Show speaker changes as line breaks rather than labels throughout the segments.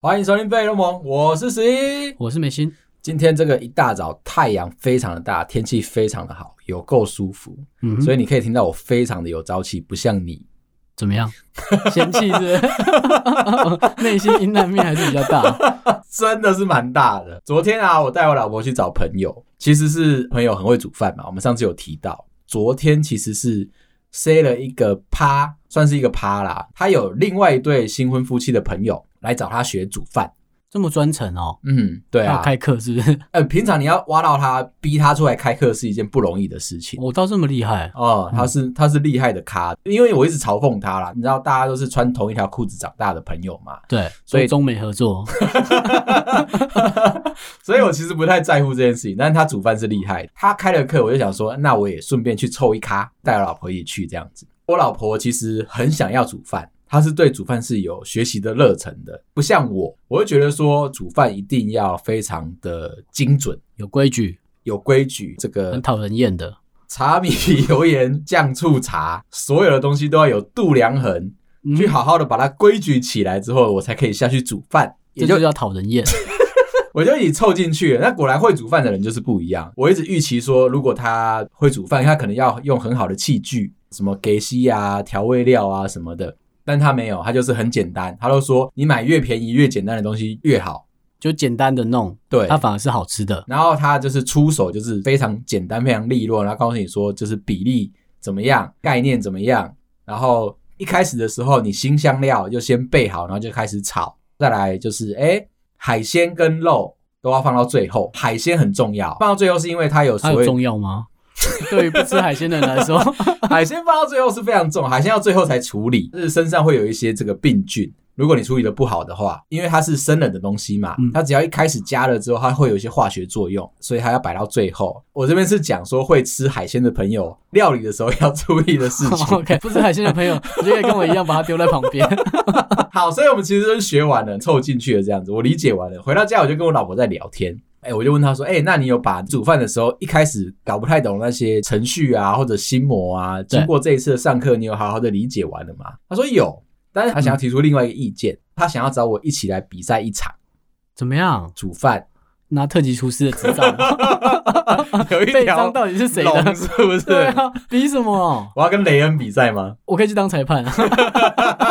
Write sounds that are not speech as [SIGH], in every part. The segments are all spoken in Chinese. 欢迎收听贝洛蒙，我是十一。
我是美心，
今天这个一大早，太阳非常的大，天气非常的好，有够舒服，
嗯哼，
所
以
以你可以听到我非常的有朝气，不像你。
怎么样？ [LAUGHS] 嫌弃是不是？ [LAUGHS] 内心阴暗面还是比较大。
真的是蛮大的。昨天啊，我带我老婆去找朋友，其实是朋友很会煮饭嘛。我们上次有提到，昨天其实是塞了一个趴，算是一个趴啦。他有另外一对新婚夫妻的朋友来找他学煮饭。
这么专程哦，
嗯，对
要
啊，
开课是不是？
呃，平常你要挖到他，逼他出来开课是一件不容易的事情。
我倒这么厉害，
哦，他是他是厉害的咖，因为我一直嘲讽他啦。你知道，大家都是穿同一条裤子长大的朋友嘛， [LAUGHS]
对，
所以
中美合作， [LAUGHS]
所以我其实不太在乎这件事情，但是他煮饭是厉害的。他开了课，我就想说，那我也顺便去凑一咖，带我老婆一起去这样子。我老婆其实很想要煮饭，她是对煮饭是有学习的热忱的，不像我，我就觉得说煮饭一定要非常的精准。
有规矩，
有规矩，这
很
个
讨人厌的。
茶米油盐酱醋茶，所有的东西都要有度量衡，
嗯
去，好好的把它规矩起来之后，我才可以下去煮饭。也就
这就叫讨人 [LAUGHS] 厌。
我就一起凑进去了。那果然会煮饭的人就是不一样。我一直预期说，如果他会煮饭，他可能要用很好的器具，什么给西啊、调味料啊什么的。但他没有，他就是很简单。他都说你买越便宜、越简单的东西越好。
就简单的弄，
对
它，反而是好吃的。
然后他就是出手就是非常简单、非常利落，然后告诉你说就是比例怎么样、概念怎么样。然后一开始的时候，你新香料就先备好，然后就开始炒。再来就是，哎，海鲜跟肉都要放到最后，海鲜很重要，放到最后是因为它有
它
所
有
谓
重要 [LAUGHS] 吗？对于不吃海鲜的人来 [LAUGHS] 说，
海鲜放到最后是非常重，海鲜要最后才处理，就是身上会有一些这个病菌。如果你处理的不好的话，因为它是生冷的东西嘛
嗯，
它只要一开始加了之后，它会有一些化学作用，所以它要摆到最后。我这边是讲说会吃海鲜的朋友料理的时候要注意的
[LAUGHS]
事情。
OK，不吃海鲜的朋友，你就可以跟我一样把它丢在旁 [LAUGHS] 边。
好，所以我们其实都是学完了，凑进去了这样子，我理解完了。回到家我就跟我老婆在聊天，哎、我就问她说，哎、那你有把煮饭的时候一开始搞不太懂那些程序啊，或者心魔啊，经过这一次的上课，你有好好的理解完了吗？她说有，但是她想要提出另外一个意见，她想要找我一起来比赛一场
怎么样？
煮
[LAUGHS]
饭，
拿特级厨师的执照 [LAUGHS] 吗？
有一
被章
条
到底是谁
龙
的？
是不是？
对啊，比什么？
我要跟雷恩比赛吗？
我可以去当裁判啊。
[LAUGHS]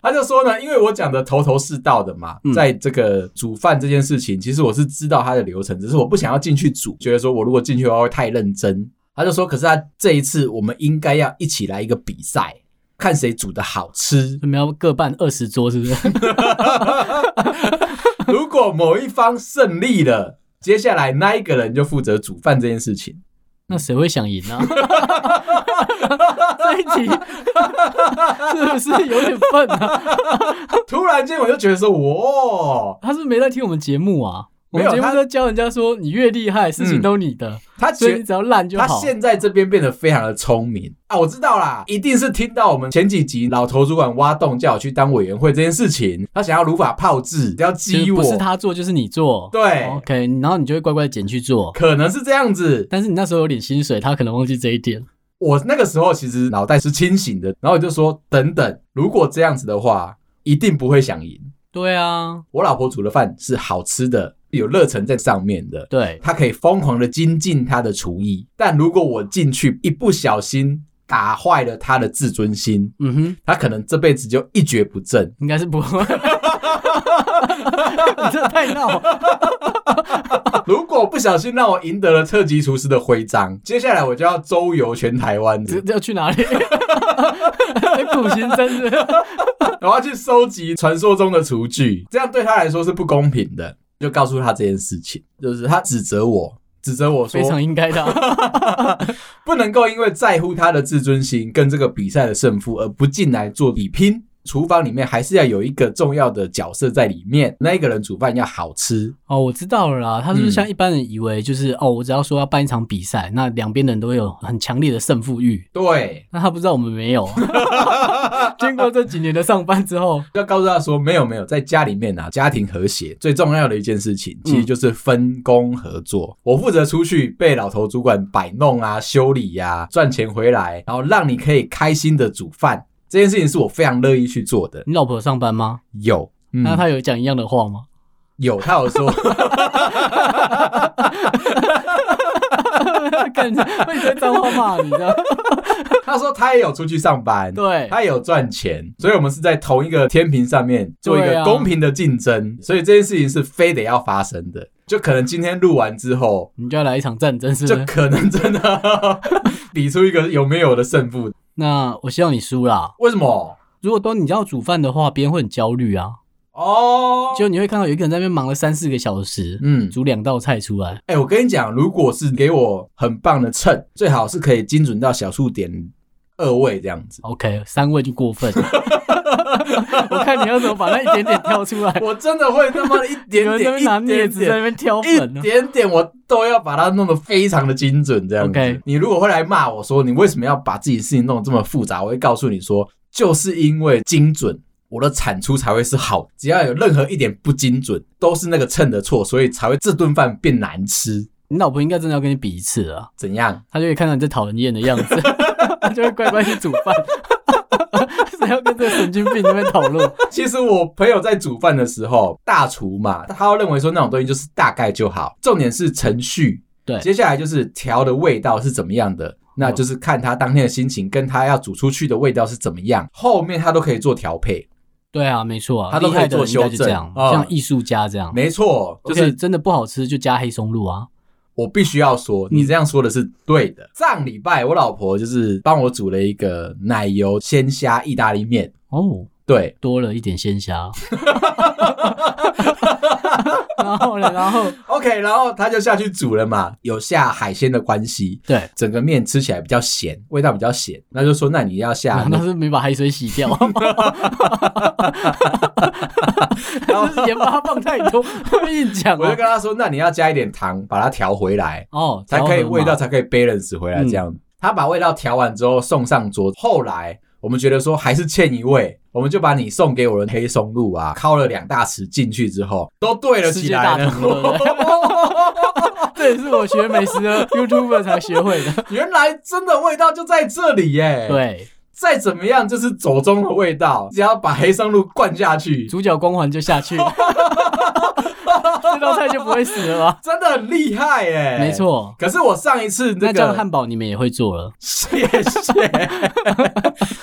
他就说呢，因为我讲的头头是道的嘛，
嗯
在这个煮饭这件事情，其实我是知道它的流程，只是我不想要进去煮，觉得说我如果进去的话会太认真。他就说，可是他这一次我们应该要一起来一个比赛，看谁煮的好
[LAUGHS]
吃。
我们要各办二十桌，是
[LAUGHS]
不是？
如果某一方胜利了，接下来那一个人就负责煮饭这件事情。
那谁会想赢呢、啊 [LAUGHS] 这一题是不是有点笨啊？
突然间我就觉得说，哇，
他是不是没在听我们节目啊？我们
没有
节目
他
都教人家说，你越厉害，事情都你的，
他
所以
觉
你只要烂就
他
好。
现在这边变得非常的聪明啊！我知道啦，一定是听到我们前几集老头主管挖洞叫我去当委员会这件事情，他想要如法炮制，要
其
激
实
我。
不是他做，就是你做。
对
，OK，然后你就会乖乖捡去做。
可能是这样子。
但是你那时候有点薪水，他可能忘记这一点。
我那个时候其实脑袋是清醒的，然后我就说：等等，如果这样子的话，一定不会想赢。
对啊，
我老婆煮的饭是好吃的，有热忱在上面的。
对，
他可以疯狂的精进他的厨艺，但如果我进去一不小心打坏了他的自尊心，
嗯哼，
他可能这辈子就一蹶不振。
应该是不会。你这太闹了，
[LAUGHS] 如果不小心让我赢得了特级厨师的徽章，接下来我就要周游全台湾，
这这要去哪里？ [LAUGHS] 哎苦行僧是不是
我要去收集传说中的厨具，这样对他来说是不公平的。就告诉他这件事情，就是他指责我，指责我
非
说
常应该的啊、
[LAUGHS] 不能够因为在乎他的自尊心跟这个比赛的胜负而不进来做比拼。厨房里面还是要有一个重要的角色在里面，那一个人煮饭要好吃，
哦，我知道了啦。他是
嗯
不是像一般人以为，就是、哦，我只要说要办一场比赛，那两边的人都会有很强烈的胜负欲。
对，
那他不知道我们没有。啊
[LAUGHS]
经过这几年的上班之后，
要告诉他说，没有没有，在家里面啊，家庭和谐最重要的一件事情，
嗯
其实就是分工合作。我负责出去被老头主管摆弄啊、修理呀、赚钱回来，然后让你可以开心的煮饭，这件事情是我非常乐意去做的。
你老婆有上班吗？
有，嗯
那他有讲一样的话吗？
有他有说， [LAUGHS]
干，会在脏话骂
[LAUGHS]
你的。
他说他也有出去上班，
对，
他也有赚钱，所以我们是在同一个天平上面做一
对
个
啊
公平的竞争，所以这件事情是非得要发生的。就可能今天录完之后，
你就要来一场战争，是不？
就是可能真的 [LAUGHS] 比出一个有没有的胜负。
那我希望你输啦。
为什么？
如果都你要煮饭的话，别人会很焦虑啊。
哦，
就你会看到有一个人在那边忙了三四个小时，
嗯，
煮两道菜出来。
哎、我跟你讲，如果是给我很棒的秤，最好是可以精准到小数点二位这样子。
OK，三位就过分。 [LAUGHS] 我看你要怎么把那一点点挑出来。
我真的会那么一点
[LAUGHS] 有人在
点、
那边拿
一
镊
点
子在那
点、
边挑粉
一
呢。
点点，我都要把它弄得非常的精准这样子。
OK
你如果会来骂我说你为什么要把自己事情弄得这么复杂，我会告诉你说，就是因为精准。我的产出才会是好，只要有任何一点不精准，都是那个秤的错，所以才会这顿饭变难吃。
你老婆应该真的要跟你比一次了啊，
怎样？
她就会看到你在讨人厌的样子， [LAUGHS] 她就会乖乖去煮饭。 [LAUGHS] 谁要跟这个神经病在那边讨论？
其实我朋友在煮饭的时候，大厨嘛，他会认为说那种东西就是大概就好，重点是程序。
对
接下来就是调的味道是怎么样的，那就是看他当天的心情，跟他要煮出去的味道是怎么样，后面他都可以做调配。
对啊，没错啊，
她都
厉
可以
害的人
做
应该就
修正
这样，
啊
像艺术家这样，
没错，就
就是
是
真的不好吃就加黑松露啊。
我必须要说，你这样说的是对的。上礼拜我老婆就是帮我煮了一个奶油鲜虾意大利面，
哦，
对，
多了一点
[LAUGHS]
鲜虾。然后呢？然后
OK，然后他就下去煮了嘛，有下海鲜的关系，
对，
整个面吃起来比较咸，味道比较咸，那就说那你要下
[LAUGHS] 难，道是没把海水洗
[LAUGHS]
掉？就是盐巴放太多，会硬讲
我就
哦
跟。他说，那你要加一点糖，把它调回来，
哦，
才可以
调和嘛
味道才可以 balance 回
嗯
来这样。他把味道调完之后送上桌，后来我们觉得说还是欠一味。我们就把你送给我的黑松露啊，敲了两大匙进去之后，都对了
世
起
界大
来了。
同了，对不对这也是我学美食的 YouTuber 才学
[LAUGHS]
会的。
[LAUGHS] 原来真的味道就在这里耶！，
对，
再怎么样就是走中的味道，只要把黑松露灌下去，
主角光环就
[LAUGHS]
下去，这道菜就不会死了吧？
真的很厉害耶！
没。错。
可是我上一次
那
那
这样
个，
汉堡你们也会做了，
[LAUGHS] 谢谢。
[LAUGHS]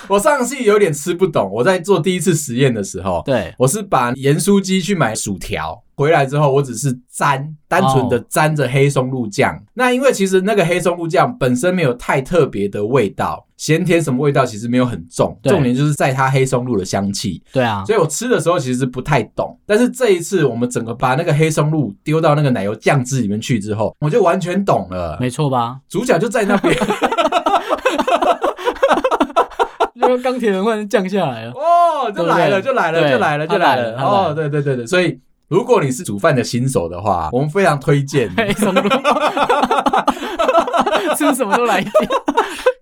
我上次有点吃不懂，我在做第一次实验的时候，
对，
我是把盐酥鸡去买薯条，回来之后我只是沾，单纯
哦
的沾着黑松露酱。那因为其实那个黑松露酱本身没有太特别的味道，咸甜什么味道其实没有很重，
对
重点就是在它黑松露的香气。
对啊，
所以我吃的时候其实不太懂，但是这一次我们整个把那个黑松露丢到那个奶油酱汁里面去之后，我就完全懂了。
没错吧？
主角就在那
[LAUGHS]
边
因为钢铁人忽然降下
[LAUGHS]
来了，
哦，就来了，
对
就来了，
对
就来了，
他
就来
来了
了。
他来了
哦，对对对对，所以如果你是煮饭的新手的话，我们非常推荐。
黑松露，吃什么都来一点，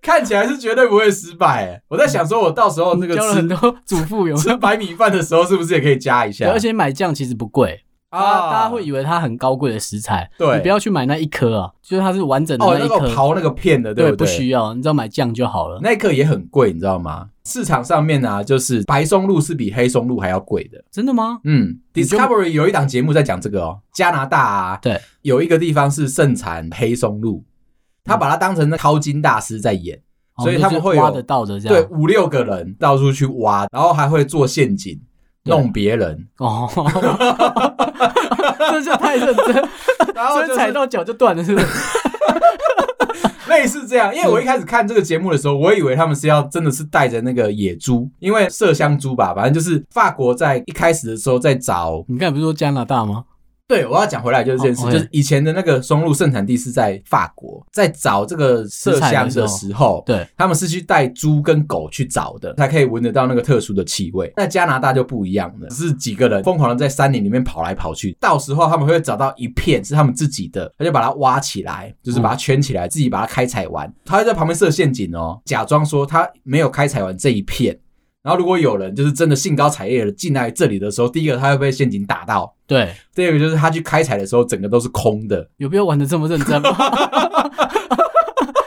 看起来是绝对不会失败。
[LAUGHS]
哎我在想说，我到时候那个
教了很
吃
多祖父有没
[LAUGHS]
有
吃白米饭的时候，是不是也可以加一
对
下？
而且买酱其实不贵啊，大家会以为它很高贵的食材，
对
你不要去买那一颗啊，就是它是完整的
哦，
那
那
一
个
颗，
刨那个片的，对
不
对？
需要，你只要买酱就好了。
那一克也很贵，你知道吗？市场上面啊，就是白松露是比黑松露还要贵的。
真的吗？
嗯
你就
，Discovery 有一档节目在讲这个哦，加拿大啊，
对，
有一个地方是盛产黑松露，他把它当成那淘金大师在演，
哦
所以他们会
就是
有
挖得到的这
对，
样。
五六个人到处去挖，然后还会做陷阱
对
弄别
[LAUGHS]
人，
哦，这就太认真，
然后
所
就
以
是
踩到脚就断了，是不是？ [LAUGHS]
类似这样，因
嗯
为我一开始看这个节目的时候，我以为他们是要真的是带着那个野猪，因为麝香猪吧，反正就是法国在一开始的时候在找。
你刚才不是说加拿大吗？
对，我要讲回来就是这件事，
哦，OK
就是以前的那个松露盛产地是在法国，在找这个麝香的时候，
对，
他们是去带猪跟狗去找的，才可以闻得到那个特殊的气味。那加拿大就不一样了，是几个人疯狂的在山林里面跑来跑去，到时候他们会找到一片是他们自己的，他就把它挖起来，就是把它圈起来，自己把它开采完。他会在旁边设陷阱哦，假装说他没有开采完这一片。然后如果有人就是真的兴高采烈的进来这里的时候，第一个他会被陷阱打到，
对，
第二个就是他去开采的时候整个都是空的， [LAUGHS]
有必要玩的这么认真吗？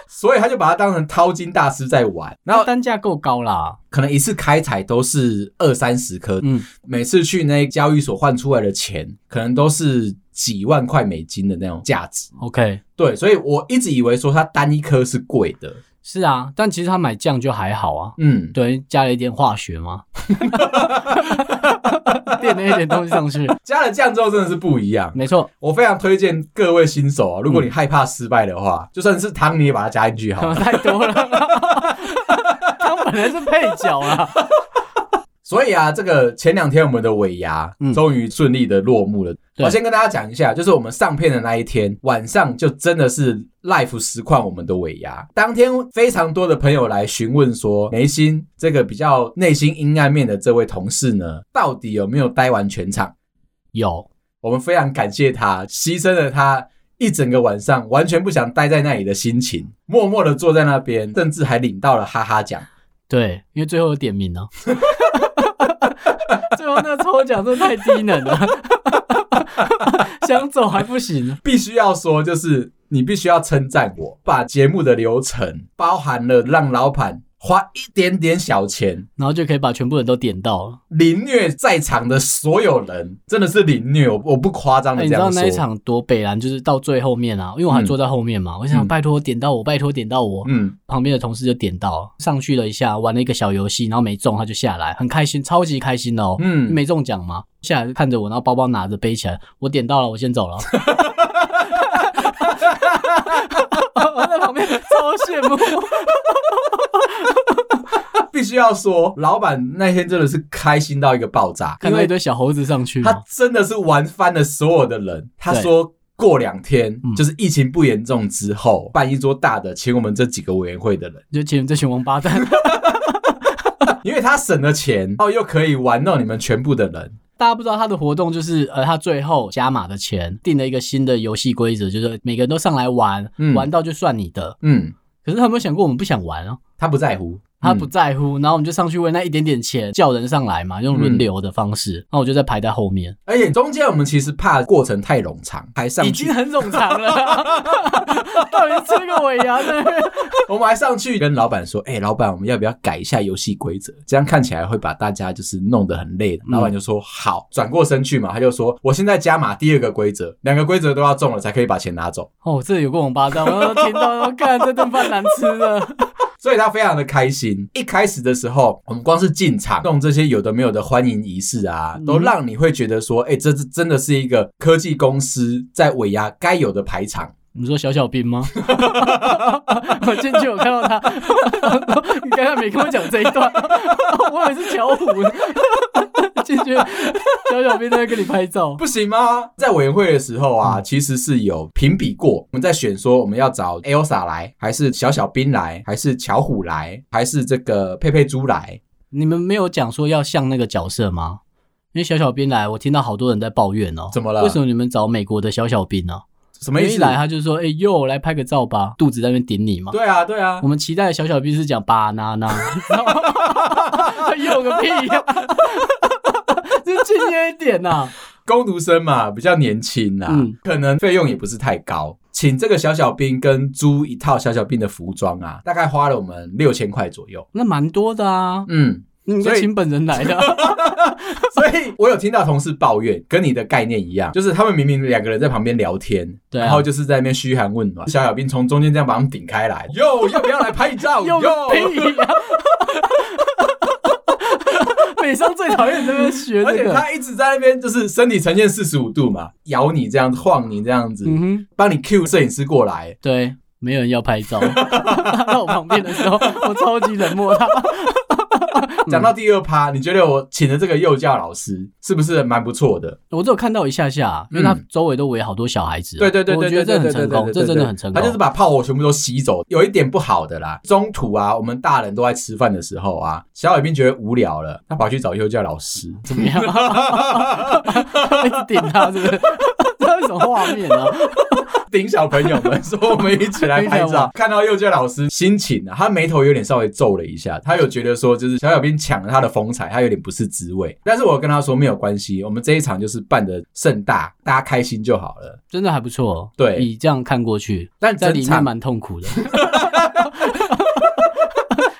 所以他就把它当成淘金大师在玩，然
然后
后
单价够高啦，
可能一次开采都是二三十颗，
嗯，
每次去那交易所换出来的钱，可能都是几万块美金的那种价值。
OK，
对，所以我一直以为说它单一颗是贵的，
是啊，但其实他买酱就还好啊，
嗯，
对，加了一点化学嘛， [LAUGHS] 垫了一点东西上去，
加了酱之后真的是不一样。
没错，
我非常推荐各位新手啊，如果你害怕失败的话，就算是汤你也把它加进去
[LAUGHS]
好了。
太多了，他本来是配角啦，
所以啊，这个前两天我们的尾牙
嗯
终于顺利的落幕了。
对
我先跟大家讲一下，就是我们上片的那一天晚上，就真的是 live 实况我们的尾牙。当天非常多的朋友来询问说，梅心这个比较内心阴暗面的这位同事呢，到底有没有待完全场？
有，
我们非常感谢他，牺牲了他一整个晚上完全不想待在那里的心情，默默的坐在那边，甚至还领到了哈哈奖。
对，因为最后有点名呢、 [LAUGHS] 最后那个抽奖真的太低能了，想走还不行。
必须要说，就是你必须要称赞我，把节目的流程包含了让老板花一点点小钱
然后就可以把全部人都点到了。
凌虐在场的所有人，真的是凌虐，我我不夸张
哎、
的
你
这
知道
样说。
那一场多北蓝，就是到最后面啊，因为我还
嗯
坐在后面嘛，我想
嗯
拜托点到我，拜托点到我。
嗯，
旁边的同事就点到了，上去了一下，玩了一个小游戏，然后没中，他就下来，很开心，超级开心的哦。
嗯
没中奖嘛，下来就看着我，然后包包拿着背起来，我点到了，我先走了。我在旁边超羡慕，
必须要说，老板那天真的是开心到一个爆炸，
[LAUGHS] 看
因
到一
为
堆小猴子上去嘛，
他真的是玩翻了所有的人。他
对
说。过两天
嗯，
就是疫情不严重之后，办一桌大的，请我们这几个委员会的人，
就请这群王八 [LAUGHS] 蛋，
因为他省了钱，然后又可以玩弄你们全部的人。
大家不知道他的活动就是，呃，他最后加码的钱定了一个新的游戏规则，就是每个人都上来玩，
嗯
玩到就算你的。
嗯，
可是他有没有想过我们不想玩啊？
他不在乎，嗯
他不在乎，然后我们就上去为那一点点钱叫人上来嘛，用轮流的方式，然后我就在排在后面，
而且中间我们其实怕过程太冗长，还上
已
去，
经很冗长了，到底吃个尾牙在那边
[LAUGHS] 我们还上去跟老板说：“哎、老板，我们要不要改一下游戏规则？这样看起来会把大家就是弄得很累。”老板就说：“好。”转过身去嘛，他就说：“我现在加码第二个规则，两个规则都要中了才可以把钱拿走。
哦，这有个王八蛋，我都听到，我看这顿饭难吃的，”
所以他非常的开心。一开始的时候，我们光是进场弄这些有的没有的欢迎仪式啊，都
嗯
让你会觉得说：“哎、这是真的是一个科技公司在尾牙该有的排场。”
你说小小
[LAUGHS]
兵吗？我进去我看到他，你刚刚没跟我讲这一段，我以为是巧虎。进去，小小兵在那跟你拍照，
不行吗？在委员会的时候
嗯
啊，其实是有评比过，我们在选说我们要找 Elsa 来，还是小小兵来，还是巧虎来，还是这个佩佩猪来。
你们没有讲说要像那个角色吗？因为小小兵来，我听到好多人在抱怨哦，
怎么了
为什么你们找美国的小小兵呢、啊？
什么意
因为一
思？
来他就说，哎、呦，来拍个照吧，肚子在那边顶你嘛。
对啊，对啊
我，们期待的小小兵是讲 [LAUGHS] banana，有个屁呀、 [LAUGHS] 就敬业一点呐、
工读生嘛，比较年轻啦，
嗯
可能费用也不是太高。请这个小小兵跟租一套小小兵的服装啊，大概花了我们六千块左右。
那蛮多的啊，
嗯，
你应该
所以
请本人来的啊、
[LAUGHS] 所以我有听到同事抱怨，跟你的概念一样，就是他们明明两个人在旁边聊天，
对啊
然后就是在那边嘘寒问暖，小小兵从中间这样把他们顶开
[LAUGHS]
来，哟，要不要来拍照？
有
哦哟，
个屁呀、 [LAUGHS] 美商最讨厌你在那边学
而
这
且
个，
他一直在那边就是身体呈现四十五度嘛，摇你这样晃你这样子，
嗯哼。
帮你 Q 摄影师过来。
对，没有人要拍照。 [LAUGHS] 到我旁边的
[LAUGHS]
时候，我超级冷漠他。嗯
讲到第二趴，你觉得我请的这个幼教老师是不是蛮不错的？
我只有看到一下下，因为他周围都围好多小孩子。
嗯
啊
对对对
我
对
觉得
对对
这很
对对
成功，
对，
这
对
真的很成
他就是
[LAUGHS] 功。
把炮火全部都吸走，有一点不好的啦。中途啊，我们大人都在吃饭的时候啊，小小兵觉得无聊了，他跑去找幼教老师。 [LAUGHS]
怎么样？一直顶他，是不是？ [LAUGHS] 这是什么画面啊？
顶小朋友们说我们一起
[LAUGHS]
来拍
一起来
照
玩，
看到幼教老师心情啊，他眉头有点稍微皱了一下，他有觉得说就是小小兵抢了他的风采，他有点不是滋味。但是我跟他说没有关系，我们这一场就是办的盛大，大家开心就好了。
真的还不错。
对
以这样看过去，
但
在
整
里面
场
蛮痛苦的。 [LAUGHS]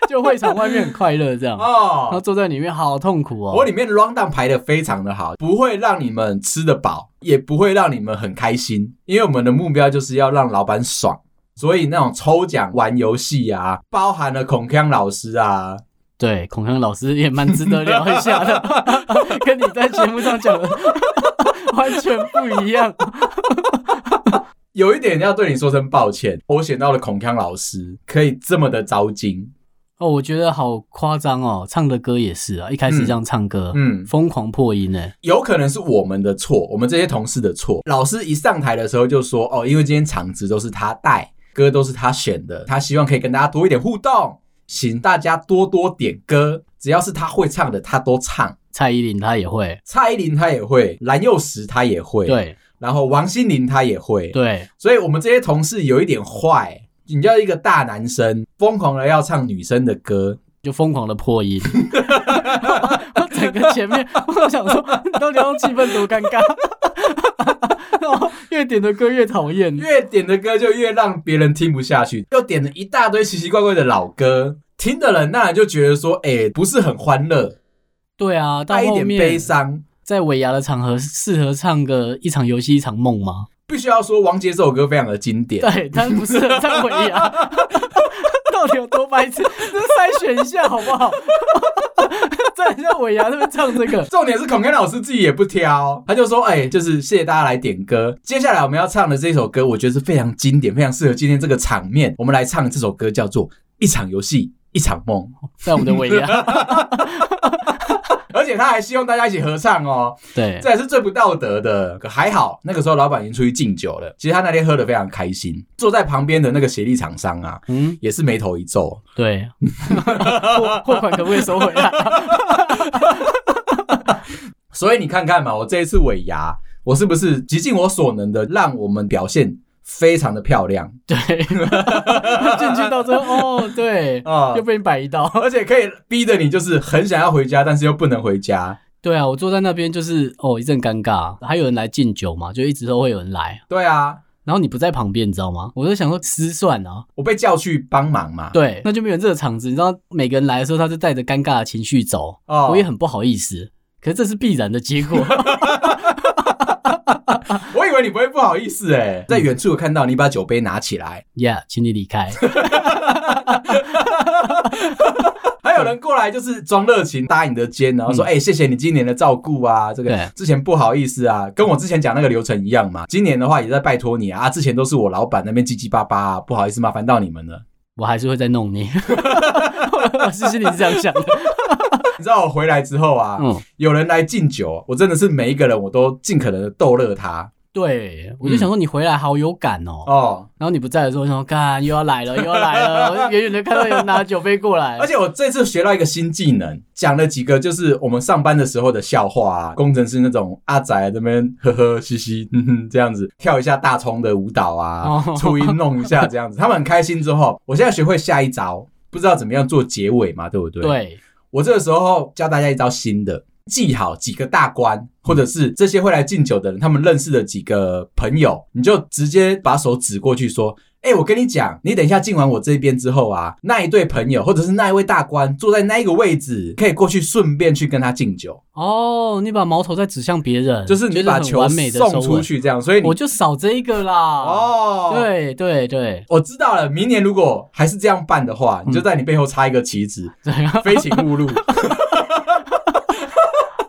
就会场外面很快乐这样，然后
哦。
坐在里面好痛苦
我
哦。
里面 round down 排的非常的好，不会让你们吃得饱，也不会让你们很开心，因为我们的目标就是要让老板爽。所以那种抽奖、玩游戏啊，包含了孔锵老师啊，
对，孔锵老师也蛮值得聊一
[LAUGHS]
下的，跟你在节目上讲的 [LAUGHS] 完全不一样。
有一点要对你说声抱歉，我选到了孔锵老师，可以这么的糟心。
哦，我觉得好夸张哦，唱的歌也是啊，一开始这样唱歌，
嗯，
疯狂破音呢。
有可能是我们的错，我们这些同事的错。老师一上台的时候就说：“哦，因为今天场子都是他带，歌都是他选的，他希望可以跟大家多一点互动，请大家多多点歌，只要是他会唱的，他都唱。
蔡依林她也会，
蔡依林他也会，蓝又时他也会，，
对
然后王心凌他也会，
对，
所以我们这些同事有一点坏。”你叫一个大男生疯狂的要唱女生的歌，
就疯狂的破音。 [LAUGHS] 我整个前面，我想说， [LAUGHS] 你到底要气氛多尴尬？ [LAUGHS] 然后越点的歌越讨厌，
越点的歌就越让别人听不下去，又点了一大堆奇奇怪怪的老歌，听的人当然就觉得说，哎、不是很欢乐，
对啊，到
带一
后
点
面
悲伤。
在尾牙的场合适合唱个一场游戏一场梦吗？
必须要说，王杰这首歌非常的经典。
对，但不适合唱尾牙。 [LAUGHS] 到底有多白痴？这筛选一下好不好？ [LAUGHS] 在人家尾牙那边唱这个，
重点是孔锵老师自己也不挑，他就说：“哎、就是谢谢大家来点歌。接下来我们要唱的这首歌，我觉得是非常经典，非常适合今天这个场面。我们来唱这首歌，叫做《一场游戏一场梦》。”
在我们的尾牙，
而且他还希望大家一起合唱哦。
[LAUGHS] 对
这也是最不道德的。可还好，那个时候老板已经出去敬酒了。其实他那天喝得非常开心，坐在旁边的那个协力厂商啊，
嗯，
也是眉头一皱。
对， [LAUGHS] 货货款可不可以收回来？
所以你看看嘛，我这一次尾牙，我是不是极尽我所能的让我们表现非常的漂亮
[LAUGHS]
[LAUGHS]
对，进 [LAUGHS] 去到最后，哦，对，
啊？
又被你摆一道。
而且可以逼得你就是很想要回家，但是又不能回家。
对啊，我坐在那边就是哦一阵尴尬，还有人来敬酒嘛，就一直都会有人来。
对啊，
然后你不在旁边，你知道吗？我就想说失算啊，
我被叫去帮忙嘛。
对，那就没有这个场子。你知道每个人来的时候，他就带着尴尬的情绪走，
哦
我也很不好意思。可是这是必然的结
[LAUGHS]
果，
我以为你不会不好意思哎、在远处有看到你把酒杯拿起来，
呀、yeah,，请你离开。
还有人过来就是装热情，搭你的肩，然后说：“哎、谢谢你今年的照顾啊，这个
嗯对
之前不好意思啊，跟我之前讲那个流程一样嘛。今年的话也在拜托你啊，啊之前都是我老板那边唧唧巴巴、啊，不好意思麻烦到你们了。 [LAUGHS]
我还是会再弄你，我是心里是这样想的。
[LAUGHS] 你知道我回来之后啊，
嗯，
有人来敬酒，我真的是每一个人我都尽可能的逗乐他
对，我就想说你回来好有感哦。
哦，
然后你不在的时候，我想说干又要来了，又要来
[LAUGHS]
了。我就远远的看到有人拿酒杯过来
而，且我这次学到一个新技能，讲了几个就是我们上班的时候的笑话啊，工程师那种阿仔这边呵呵嘻嘻，哼哼这样子跳一下大葱的舞蹈啊
哦，
初音弄一下这样子，他们很开心之后，我现在学会下一招，不知道怎么样做结尾嘛，对不对？，
对，
我这个时候教大家一招新的。记好几个大关，或者是这些会来敬酒的人，他们认识的几个朋友，你就直接把手指过去说：“哎、我跟你讲，你等一下敬完我这边之后啊，那一对朋友或者是那一位大官坐在那一个位置，可以过去顺便去跟他敬酒，
哦，你把矛头再指向别人，
就是你
觉得
把
很
球
完美的
送出，去这样。所以你
我就少这一个啦。，
哦，，
对对对 [LAUGHS]
我知道了。明年如果还是这样办的话，你就在你背后插一个旗子，
对，
非请勿入，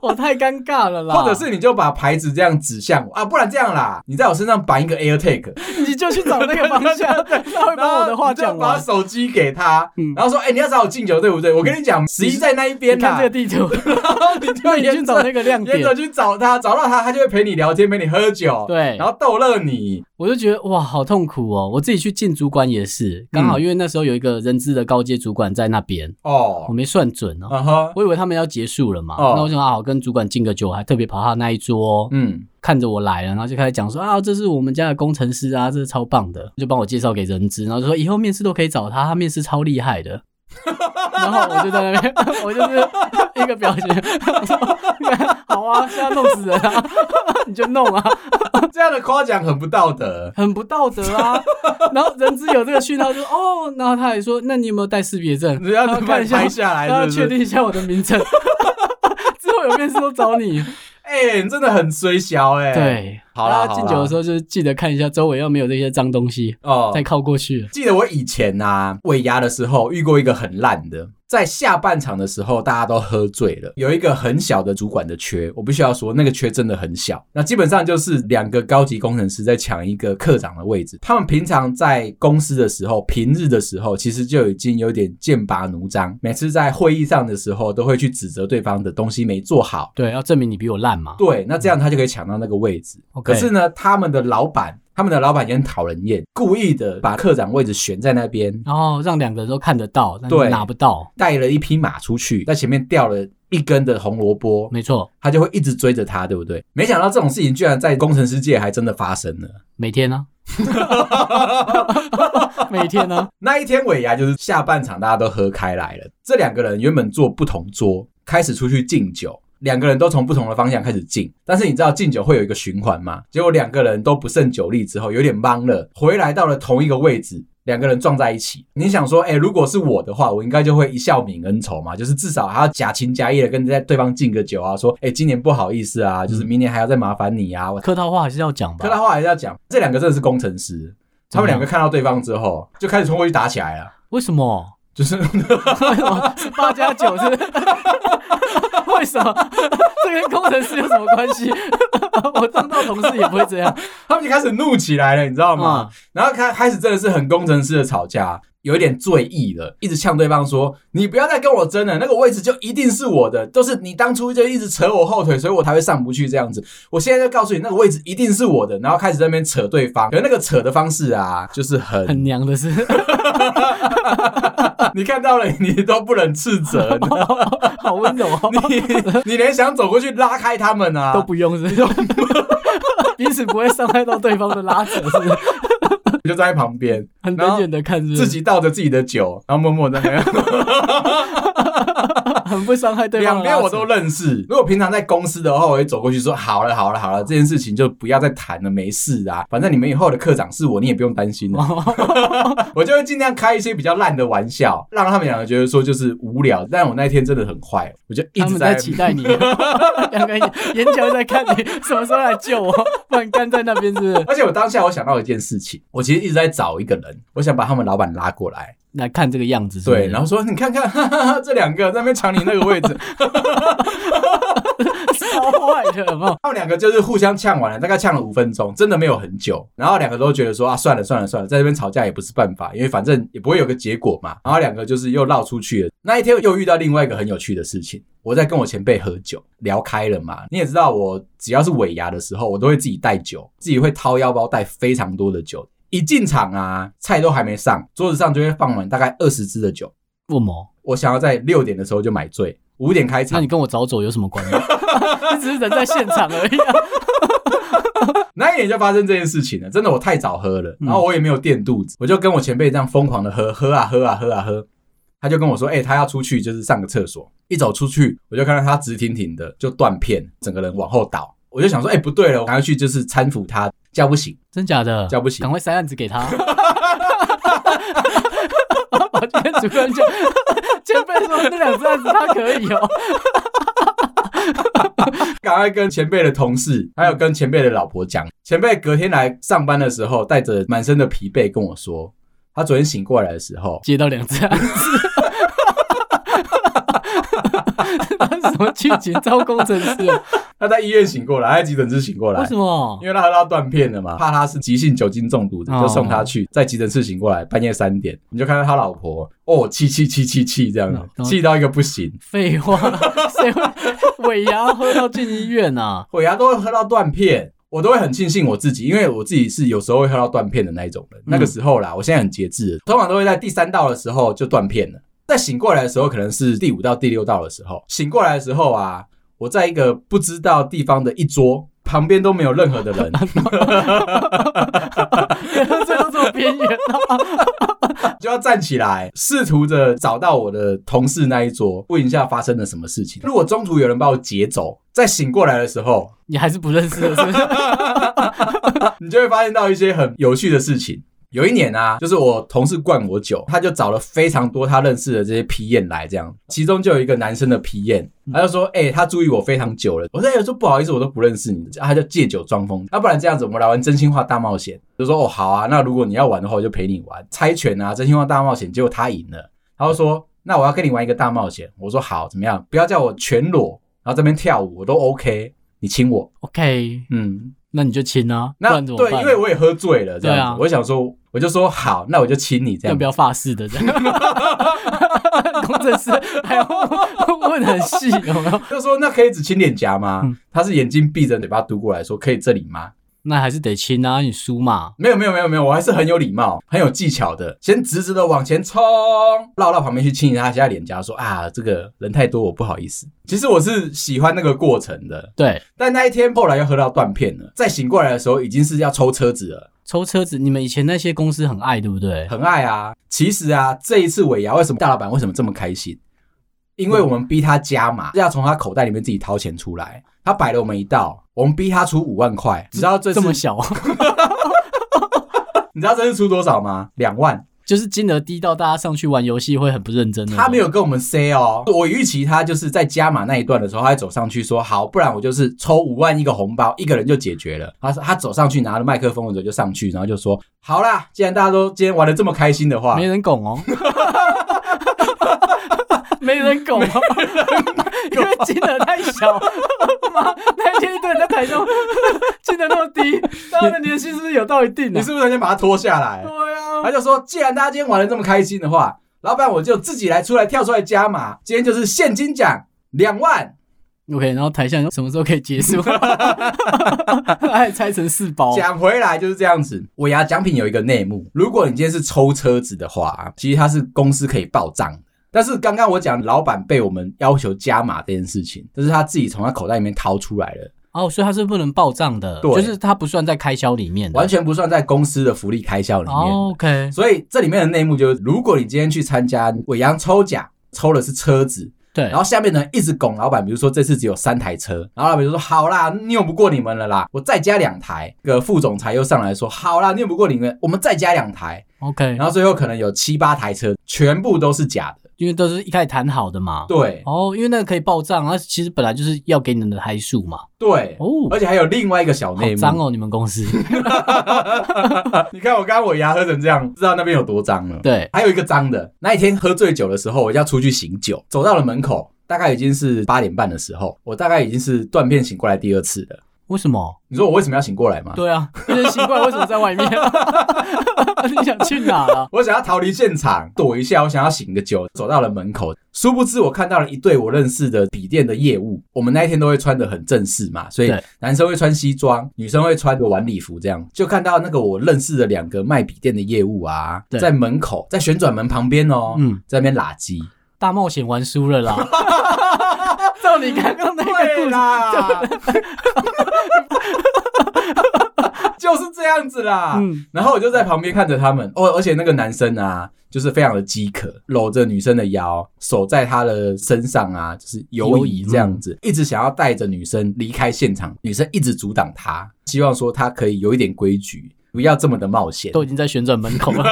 我太尴尬了啦。
或者是你就把牌子这样指向我啊，不然这样啦，你在我身上绑一个 AirTag。”
你就去找那个方向，他会
[LAUGHS] 然后
把我的话讲
你就把
完。
手机给他，
嗯
然后说：“哎、你要找我敬酒对不对？我跟你讲，十一在那一
你
边
看
啦
这个。地图，
然后 [LAUGHS] 你就
[LAUGHS] 那你去
沿
找
着
那个亮
[LAUGHS] 沿
点
着。去找他，找到他，他就会陪你聊天，陪你喝酒，
对
然，后逗乐你。
我就觉得哇，好痛苦哦！我自己去进主管也是，刚好因为那时候有一个人资的高阶主管在那边，我
哦，
没算准哦。
嗯哼，
我以为他们要结束了嘛，
哦
那我想啊，我跟主管敬个酒，我还特别跑他那一桌，
嗯，
看着我来了，然后就开始讲说啊，这是我们家的工程师啊，这是 [LAUGHS] 超棒的，就帮我介绍给人资，然后就说以后面试都可以找他，他面试超厉害的。然后我就在那边， [LAUGHS] 我就是一个表情， [LAUGHS] 我说 [LAUGHS] 好啊，现在弄死人啊， [LAUGHS] 你就弄啊，
这样的夸奖很不道 [LAUGHS] 德。
很不道德 [LAUGHS] 啊。然后人资有这个讯号就哦，然后他还说，那你有没有带识别证？
你要
然后
把
看
你
一下
拍，下来，
然后
是
确
不是？
定一下我的名称。 [LAUGHS] 之后有面试都找你。
哎，你真的很衰小哎。，
对，
好啦
大家敬酒的时候就是记得看一下周围要没有这些脏东西，
哦，
再靠过去。
记得我以前呐、尾牙的时候遇过一个很烂的，在下半场的时候大家都喝醉了，有一个很小的主管的缺，我必须要说那个缺真的很小。那基本上就是两个高级工程师在抢一个科长的位置，他们平常在公司的时候，平日的时候其实就已经有点剑拔弩张，每次在会议上的时候都会去指责对方的东西没做好，
对，要证明你比我烂嘛。
对，那这样他就可以抢到那个位置。
OK
可是呢，他们的老板，他们的老板也很讨人厌，故意的把科长位置悬在那边，
然后让两个人都看得到，但是
对
拿不到。
带了一匹马出去，在前面掉了一根的红萝卜，
没错，
他就会一直追着他，对不对？没想到这种事情居然在工程师界还真的发生了。 [LAUGHS]
每天呢、啊， [LAUGHS] 每天呢、
那一天尾牙就是下半场大家都喝开来了，这两个人原本坐不同桌，开始出去敬酒。两个人都从不同的方向开始敬，但是你知道敬酒会有一个循环吗？结果两个人都不胜酒力之后，有点懵了，回来到了同一个位置，两个人撞在一起。你想说，哎、如果是我的话，我应该就会一笑泯恩仇嘛，就是至少还要假情假意的跟在对方敬个酒啊，说，哎、今年不好意思啊，就是明年还要再麻烦你啊，我
客套话还是要讲吧。
可他后来要讲，这两个真的是工程师，他们
怎么样
两个看到对方之后，就开始冲过去打起来了。
为什么？
就是 [LAUGHS]
[LAUGHS] 为什么是八加九？是？ [LAUGHS] 为什么？ [LAUGHS] 这跟工程师有什么关系？ [LAUGHS] 我当到同事也不会这样，
他们就开始怒起来了，你知道
好
吗？？然后开开始真的是很工程师的吵架，有一点醉意了，一直呛对方说：“你不要再跟我争了，那个位置就一定是我的，都是你当初就一直扯我后腿，所以我才会上不去这样子。我现在就告诉你，那个位置一定是我的。”然后开始在那边扯对方，可是那个扯的方式啊，就是很
很娘的是，
[LAUGHS] 你看到了，你都不能斥责，
[LAUGHS]
你知道吗
[LAUGHS] 好温柔哦， [LAUGHS]
你你连想走过去拉开他们啊，
都不用 [LAUGHS] 是，彼此不会伤害到对方的拉扯是，
就在旁边
[LAUGHS] 很冷眼的看是，
自己倒着自己的酒，然后默默的。
很不伤害对方
两
的拉
边
扯。
我都认识。如果平常在公司的话，我会走过去说：“好了，好了，好了，这件事情就不要再谈了，没事啊，反正你们以后的课长是我，你也不用担心了。”
哦
我就会尽量开一些比较烂的玩笑，让他们两个觉得说就是无聊。但我那一天真的很坏，我就一
他
直
们
在
在期待你， [LAUGHS] 两个眼眼角在看你什么时候来救我， [LAUGHS] 不然干在那边是不是
而且我当下我想到一件事情，我其实一直在找一个人，我想把他们老板拉过来，
来看这个样子是不是
对，然后说你看看，哈哈哈，这两个在那边抢你那个位置，
超坏的，有没 [LAUGHS] 有？
他们两个就是互相呛完了，大概呛了五分钟，真的没有很久。然后两个都觉得说啊，算了算了算了，在这边吵架也不是办法，因为反正也不会有个结果嘛。然后两个就是又绕出去了。那一天又遇到另外一个很有趣的事情，我在跟我前辈喝酒聊开了嘛。你也知道，我只要是尾牙的时候，我都会自己带酒，自己会掏腰包带非常多的酒。一进场啊，菜都还没上，桌子上就会放满大概二十支的酒。
不谋，
我想要在六点的时候就买醉，五点开场
那你，跟我早走有什么关系？ [LAUGHS] 你只是人在现场而已啊、
那一年就发生这件事情了，真的我太早喝了，
嗯
然后我也没有垫肚子，我就跟我前辈这样疯狂的喝，喝啊喝啊喝啊喝，他就跟我说，哎、他要出去就是上个厕所，一走出去我就看到他直挺挺的就断片，整个人往后倒，我就想说，哎、不对了，我赶快去就是搀扶他，叫不醒，
[LAUGHS] 真假的？
叫不醒
赶快塞案子
[LAUGHS]
给他。我今天主任就前辈说那两只案子他可以哦，
赶快跟前辈的同事还有跟前辈的老婆讲，前辈隔天来上班的时候带着满身的疲惫跟我说，他昨天醒过来的时候，
接到两只案子。 [LAUGHS] 什么剧情招工程师啊？
他在医院醒过来，他在急诊室醒过来
为，什么？
因为他喝到断片了嘛，哦怕他是急性酒精中毒的，
哦
就送他去，在急诊室醒过来，半夜三点，你就看到他老婆哦，气气气气气这样子，
嗯
气到一个不行，
废话，谁会尾牙喝到进医院啊？ [LAUGHS]
我牙都会喝到断片。我都会很庆幸我自己，因为我自己是有时候会喝到断片的那一种人。那个时候啦，我现在很节制了，通常都会在第三道的时候就断片了。在醒过来的时候，可能是第五到第六道的时候，醒过来的时候啊，我在一个不知道地方的一桌旁边都没有任何的 [LAUGHS] 人，
这都这么边缘啊！
就要站起来，试图着找到我的同事那一桌，问一下发生了什么事情。如果中途有人把我劫走，在醒过来的时候，
你还是不认识的，是不是？
你就会发现到一些很有趣的事情。有一年啊，就是我同事灌我酒，他就找了非常多他认识的这些皮宴来，这样，其中就有一个男生的皮宴，他就说：“哎、他注意我非常久了。”我说：“哎、我说不好意思，我都不认识你。”他就借酒装疯，啊要、不然这样子，我们来玩真心话大冒险。就说：“哦，好啊，那如果你要玩的话，我就陪你玩猜拳啊，真心话大冒险。”结果他赢了，他就说：“那我要跟你玩一个大冒险。”我说：“好，怎么样？不要叫我全裸，然后这边跳舞，我都 OK，你亲我。
OK，”
嗯，
那你就亲啊，不
那
然怎么
对，
办？
因为我也喝醉了，这样子，
对啊
我想说，我就说好，那我就亲你这
要
样
不。要发誓的这样？ [LAUGHS] 工程师还要问得很细，有没有？
就说那可以只亲脸颊吗？
嗯
他是眼睛闭着，嘴巴嘟过来说可以这里吗？
那还是得亲啊，你输嘛。
没有没有没有没有，我还是很有礼貌、很有技巧的，先直直的往前冲，绕到旁边去亲一下他现在脸颊，说啊这个人太多，我不好意思。其实我是喜欢那个过程的，
对，
但那一天后来又喝到断片了，再醒过来的时候已经是要抽车子了，
抽车子，你们以前那些公司很爱，对不对？
很爱啊。其实啊，这一次尾牙为什么大老板为什么这么开心？因为我
嗯
们逼他加码，要从他口袋里面自己掏钱出来。他摆了我们一道，我们逼他出五万块。你知道这次
这么小，
你知道这次出多少吗？两万。
就是金额低到大家上去玩游戏会很不认真的。
他没有跟我们 say 哦，我预期他就是在加码那一段的时候，他会走上去说好，不然我就是抽五万一个红包，一个人就解决了。他他走上去拿了麦克风的时候就上去，然后就说好啦，既然大家都今天玩的这么开心的话
没，人拱哦， [LAUGHS] 没人拱哦，因为金额太小，妈，那天一堆人在台上，金额那么低，大家的年薪是不是有到一定啊
你
的？
是不是先把他拖下来？
对啊
他，就说，既然大家今天玩的这么开心的话，老板我就自己来出来跳出来加码，今天就是现金奖两万，
OK，然后台下什么时候可以结束？ [LAUGHS] 还拆成四包，
讲回来就是这样子。尾牙奖品有一个内幕，如果你今天是抽车子的话，其实它是公司可以报账的。但是刚刚我讲老板被我们要求加码这件事情，这是他自己从他口袋里面掏出来的，
哦，所以它是不能报账的，
对
就是它不算在开销里面的，
完全不算在公司的福利开销里面。
哦 OK，
所以这里面的内幕就是，如果你今天去参加尾牙抽奖，抽的是车子，
对
然，后下面的人一直拱老板，比如说这次只有三台车，然后老板就说好啦，拗不过你们了啦，我再加两台。这个副总裁又上来说好啦，拗不过你们，我们再加两台。
OK，
然后最后可能有七八台车，全部都是假的。
因为都是一开始谈好的嘛。
对
哦，因为那个可以报账，它其实本来就是要给你们的台数嘛。
对，
哦，
而且还有另外一个小内
好
幕。
脏哦，你们公司。
[LAUGHS] 你看我刚刚我牙喝成这样，知道那边有多脏了。
对，
还有一个脏的，那一天喝醉酒的时候，我要出去醒酒，走到了门口，大概已经是八点半的时候，我大概已经是断片醒过来第二次了。
为什么？
你说我为什么要醒过来吗？
对啊，有点奇怪，为什么在外面？ [LAUGHS] 你想去哪啊？
我想要逃离现场，躲一下，我想要醒个酒，走到了门口。殊不知，我看到了一对我认识的笔电的业务。我们那一天都会穿的很正式嘛，所以
对
男生会穿西装，女生会穿个晚礼服，这样就看到那个我认识的两个卖笔电的业务啊，
对
在门口，在旋转门旁边哦，
嗯
在那边拉鸡。
大冒险玩输了啦。 [LAUGHS] 照你刚刚那个故事，
啦，
[LAUGHS]
就是这样子啦。
嗯，
然后我就在旁边看着他们，哦，而且那个男生啊，就是非常的饥渴，搂着女生的腰，手在她的身上啊，就是游
游
移
移嗯
这样子，一直想要带着女生离开现场，女生一直阻挡他，希望说他可以有一点规矩，不要这么的冒险。
都已经在旋转门口了，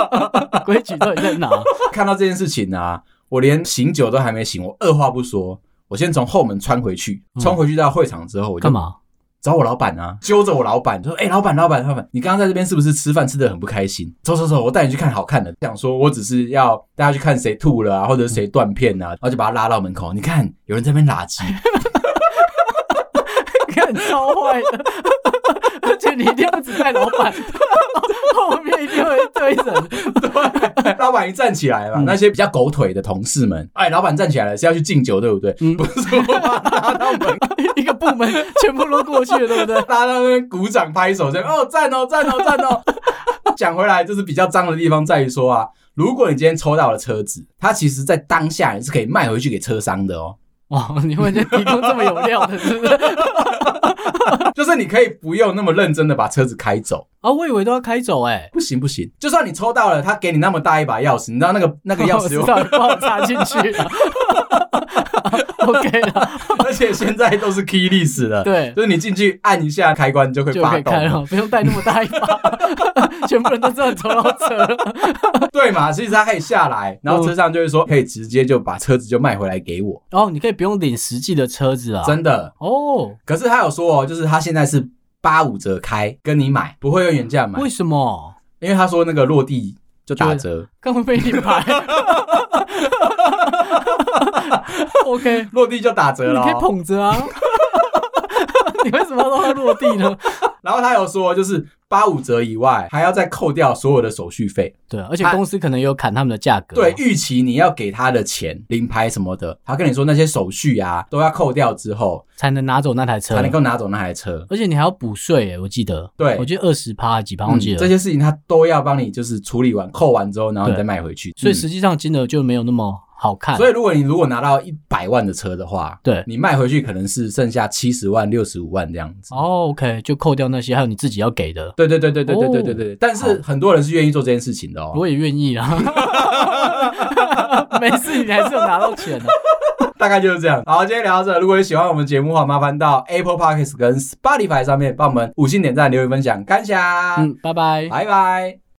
[LAUGHS] 规矩到底在哪？
看到这件事情啊，我连醒酒都还没醒，我二话不说，我先从后门穿回去，
嗯
穿回去到会场之后，我就
干 [LAUGHS] 嘛？
找我老板啊，揪着我老板就说：“哎、老板，老板，老板，你刚刚在这边是不是吃饭吃的很不开心？走走走，我带你去看好看的。想说我只是要大家去看谁吐了啊，或者谁断片
嗯
啊，然后就把他拉到门口。你看有人在那边拉
[LAUGHS]
鸡，
看超坏的， [LAUGHS] 而且你一定要只带老板， [LAUGHS] 后面一定会一堆人。
老板一站起来嘛，
嗯
那些比较狗腿的同事们，哎，老板站起来了是要去敬酒对不对？
嗯
不是我把他拉到门，
一个部门全部都过去了，对不对？ [LAUGHS]
拉到那边鼓掌拍手这样，哦，赞哦，赞哦，赞哦。 [LAUGHS] 讲回来，就是比较脏的地方在于说啊，如果你今天抽到了车子，它其实在当下你是可以卖回去给车商的哦。
哇，你们就提供这么有料的，是不是？
就是你可以不用那么认真的把车子开走。
啊，我以为都要开走哎、
[LAUGHS] 不行不行，就算你抽到了，他给你那么大一把钥匙，你知道那个那个钥
[LAUGHS] 我
匙
知
有，
道，你帮我插进去了。OK 了，
而且现在都是 keyless 了，
对
就是你进去按一下开关 [LAUGHS] 就会
就可
发
以开
动，
了，不用带那么大一把， [LAUGHS] 全部人都知道你抽到车了。 [LAUGHS]
对嘛？其实他可以下来，然后车上就会说可以直接就把车子就卖回来给我，
然后哦你可以不用领实际的车子啊。
真的。
哦，
可是他有说哦，就是他现在是八五折开，跟你买不会用原价买，
为什么？
因为他说那个落地就打折，
刚会被你牌。OK，
落地就打折
你
了
可以
哦。
捧着
[LAUGHS]
啊。你为什么要让它落地呢？
然后他有说，就是八五折以外，还要再扣掉所有的手续费。
对，啊而且
它
公司可能也有砍他们的价格。
对，，预期你要给他的钱、临牌什么的，他跟你说那些手续啊都要扣掉之后，
才能拿走那台车
才。能够拿走那台车。
而且你还要补税耶，我记得。
对嗯
我记得二十趴几趴，忘记
这
了。
些事情他都要帮你，就是处理完、扣完之后，然后你再卖回去。
所以
嗯
实际上金额就没有那么好看。
所以如果你如果拿到一百万的车的话，
对。
你卖回去可能是剩下七十万、六十五万这样子。
哦，OK，就扣掉那些，还有你自己要给的。
对对对对对对对
哦
对对，但是很多人是愿意做这件事情的哦，
我也愿
[LAUGHS]
意啊， [LAUGHS] 没事，你还是有拿
[LAUGHS]
到钱的、
大概就是这样。好，今天聊到这，如果你喜欢我们节目的话，麻烦到 Apple Podcast 跟 Spotify 上面帮我们五星点赞、留言、分享，感谢，
嗯，拜拜。
拜拜。